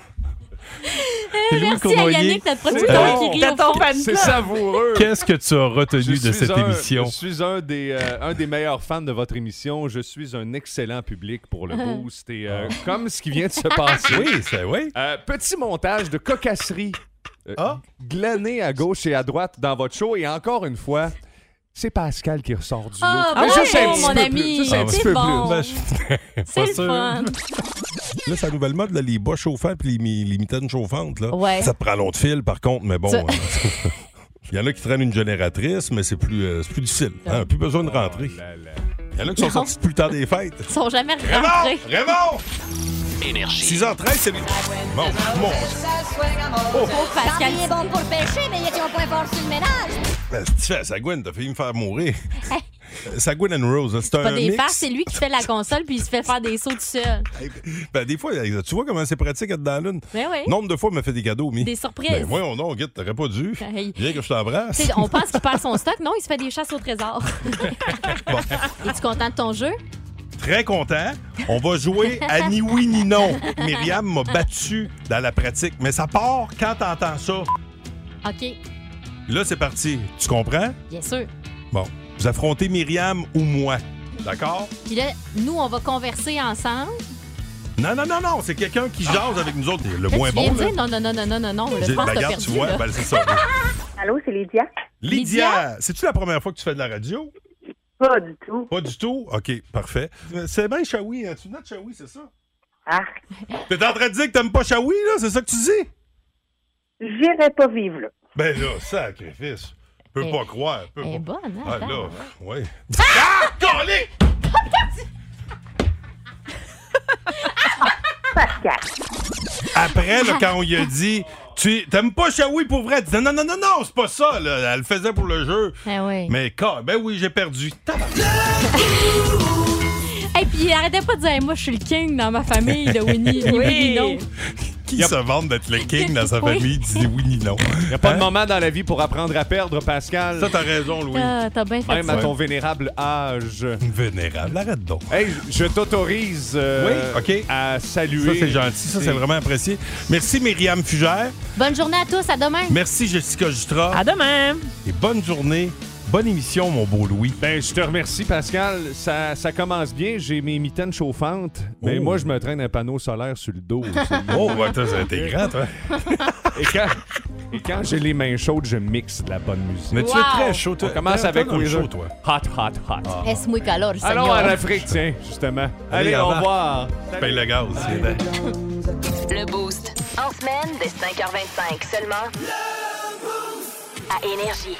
Eh,
Louis
Merci à
Cournoyer.
Yannick, notre
C'est
producteur qui
bon.
rit. au
T'as ton
fond.
fan C'est club. savoureux.
Qu'est-ce que tu as
Je
retenu de
suis
cette
un-
émission?
Je suis un des, euh, un des meilleurs fans de votre émission. Je suis un excellent public pour
*laughs*
le boost. Et euh, comme ce qui vient de se passer.
Ah. Oui, c'est oui. Ah.
Euh, petit montage de cocasserie euh, glané à gauche et à droite dans votre show. Et encore une fois, c'est Pascal qui ressort du lot.
Ah,
Mais
bravo,
juste un petit
mon
peu
ami.
plus, juste un
Ah,
petit
c'est
peu
bon.
plus.
Ben, je suis
C'est
pas
le
sûr.
fun.
Là, c'est la nouvelle mode, là, les bas chauffants puis les, mi- les mitaines chauffantes. Là.
Ouais.
Ça te prend long de fil, par contre, mais bon.
Ça-
euh, *laughs* Il y en a qui traînent une génératrice, mais c'est plus, euh, c'est plus difficile. hein, plus besoin de rentrer. Il y en a qui sont
Non.
sortis plus tard des fêtes.
Ils sont jamais
Raymond!
rentrés.
Raymond! 6h13, c'est... Bon,
Ah
bon.
Oh.
Pascal.
Il est bon pour le pêcher, mais il est au point fort sur le ménage.
Ben, qu'est-ce que tu fais, Sagouine, t'as failli me
*laughs*
faire mourir. Euh, Sagouine and Rose, c'est
Pas
un
des
mix.
farces, c'est lui qui fait la console puis il se fait faire des sauts tout
*laughs*
seul.
Ben, des fois, tu vois comment c'est pratique être dans la lune.
Ben oui.
Nombre de fois, il m'a fait des cadeaux, mais.
Des surprises.
Ben, voyons donc, Guide, t'aurais pas dû.
Hey.
Viens que je t'embrasse.
Tu sais, on pense qu'il perd son stock. Non, il se fait des chasses au trésor. *laughs*
*laughs* Bon,
Es-tu content de ton jeu?
très content. On va jouer à ni oui ni non. Myriam m'a battu dans la pratique, mais ça part quand t'entends ça.
OK,
Là, c'est parti. Tu comprends?
bien sûr.
Bon. Vous affrontez Myriam ou moi. D'accord?
Puis là, nous, on va converser ensemble.
Non, non, non, non, c'est quelqu'un qui jase avec nous autres. Le
Là,
moins
tu viens
bon,
de
là.
dire non, non, non, non, non, non, non.
J'ai-
Je pense
ben,
que t'as
regarde,
perdu.
tu vois,
là.
ben, c'est ça.
Allô, c'est Lydia?
Lydia, c'est-tu la première fois que tu fais de la radio?
Pas du tout.
Pas du tout? OK, parfait. Euh, C'est bien Shawi, hein? tu venais de Shawi, c'est ça?
Ah,
T'es en train de dire que t'aimes pas Shawi, là? C'est ça que tu dis?
j'irai pas vivre là.
Ben là, sacrifice. Peux
Eh,
pas croire. Peux
eh,
pas.
bonne, hein,
Ah
attends,
là,
ouais.
oui.
Ah!
*laughs*
Colique!
Après, là, quand
*laughs*
on lui a dit, tu t'aimes pas Shawi pour vrai, elle disait non, non, non, non, c'est pas ça, là. Elle le faisait pour le jeu.
Eh oui.
Mais car- ben oui, j'ai perdu. Tabarnak.
Et puis, il arrêtait pas de dire, Hey, moi, je suis le king dans ma famille de
*laughs*
Winnie. ni oui. ni non.
Qui se vante d'être le king dans sa
Oui.
famille dit oui ni non. Hein?
Il n'y a pas de moment dans la vie pour apprendre à perdre, Pascal.
Ça, t'as raison, Louis.
Ah, T'as bien fait
Même
ça.
à ton vénérable âge.
Vénérable, arrête donc.
Hey, je- je t'autorise euh,
Oui, OK.
à saluer.
ah, Ça, c'est gentil. Ça, c'est vraiment apprécié. Merci, Myriam Fugère.
Bonne journée à tous. À demain.
Merci, Jessica Justra. À
demain.
Et bonne journée. Bonne émission, mon beau
*laughs*
Louis.
Ben, je te remercie, Pascal. Ça, ça commence bien. J'ai mes mitaines chauffantes. Mais
Oh.
moi, je me traîne un panneau solaire sur le dos.
*laughs* Oh, ben, toi, ça a été grand, toi.
Et quand, et quand j'ai les mains chaudes, je mixe de la bonne musique.
Mais tu es Wow. très chaud, toi.
On commence
T'es un peu
avec
dans le
Weezer.
chaud, toi. Ah.
Hot, hot, hot.
Es muy calor, señor.
Allons à l'Afrique, tiens, justement. Allez,
Allez,
au
embarque.
revoir.
Paye le gaz. c'est vrai.
Le Boost. En semaine, dès 5h25 seulement. À Énergie.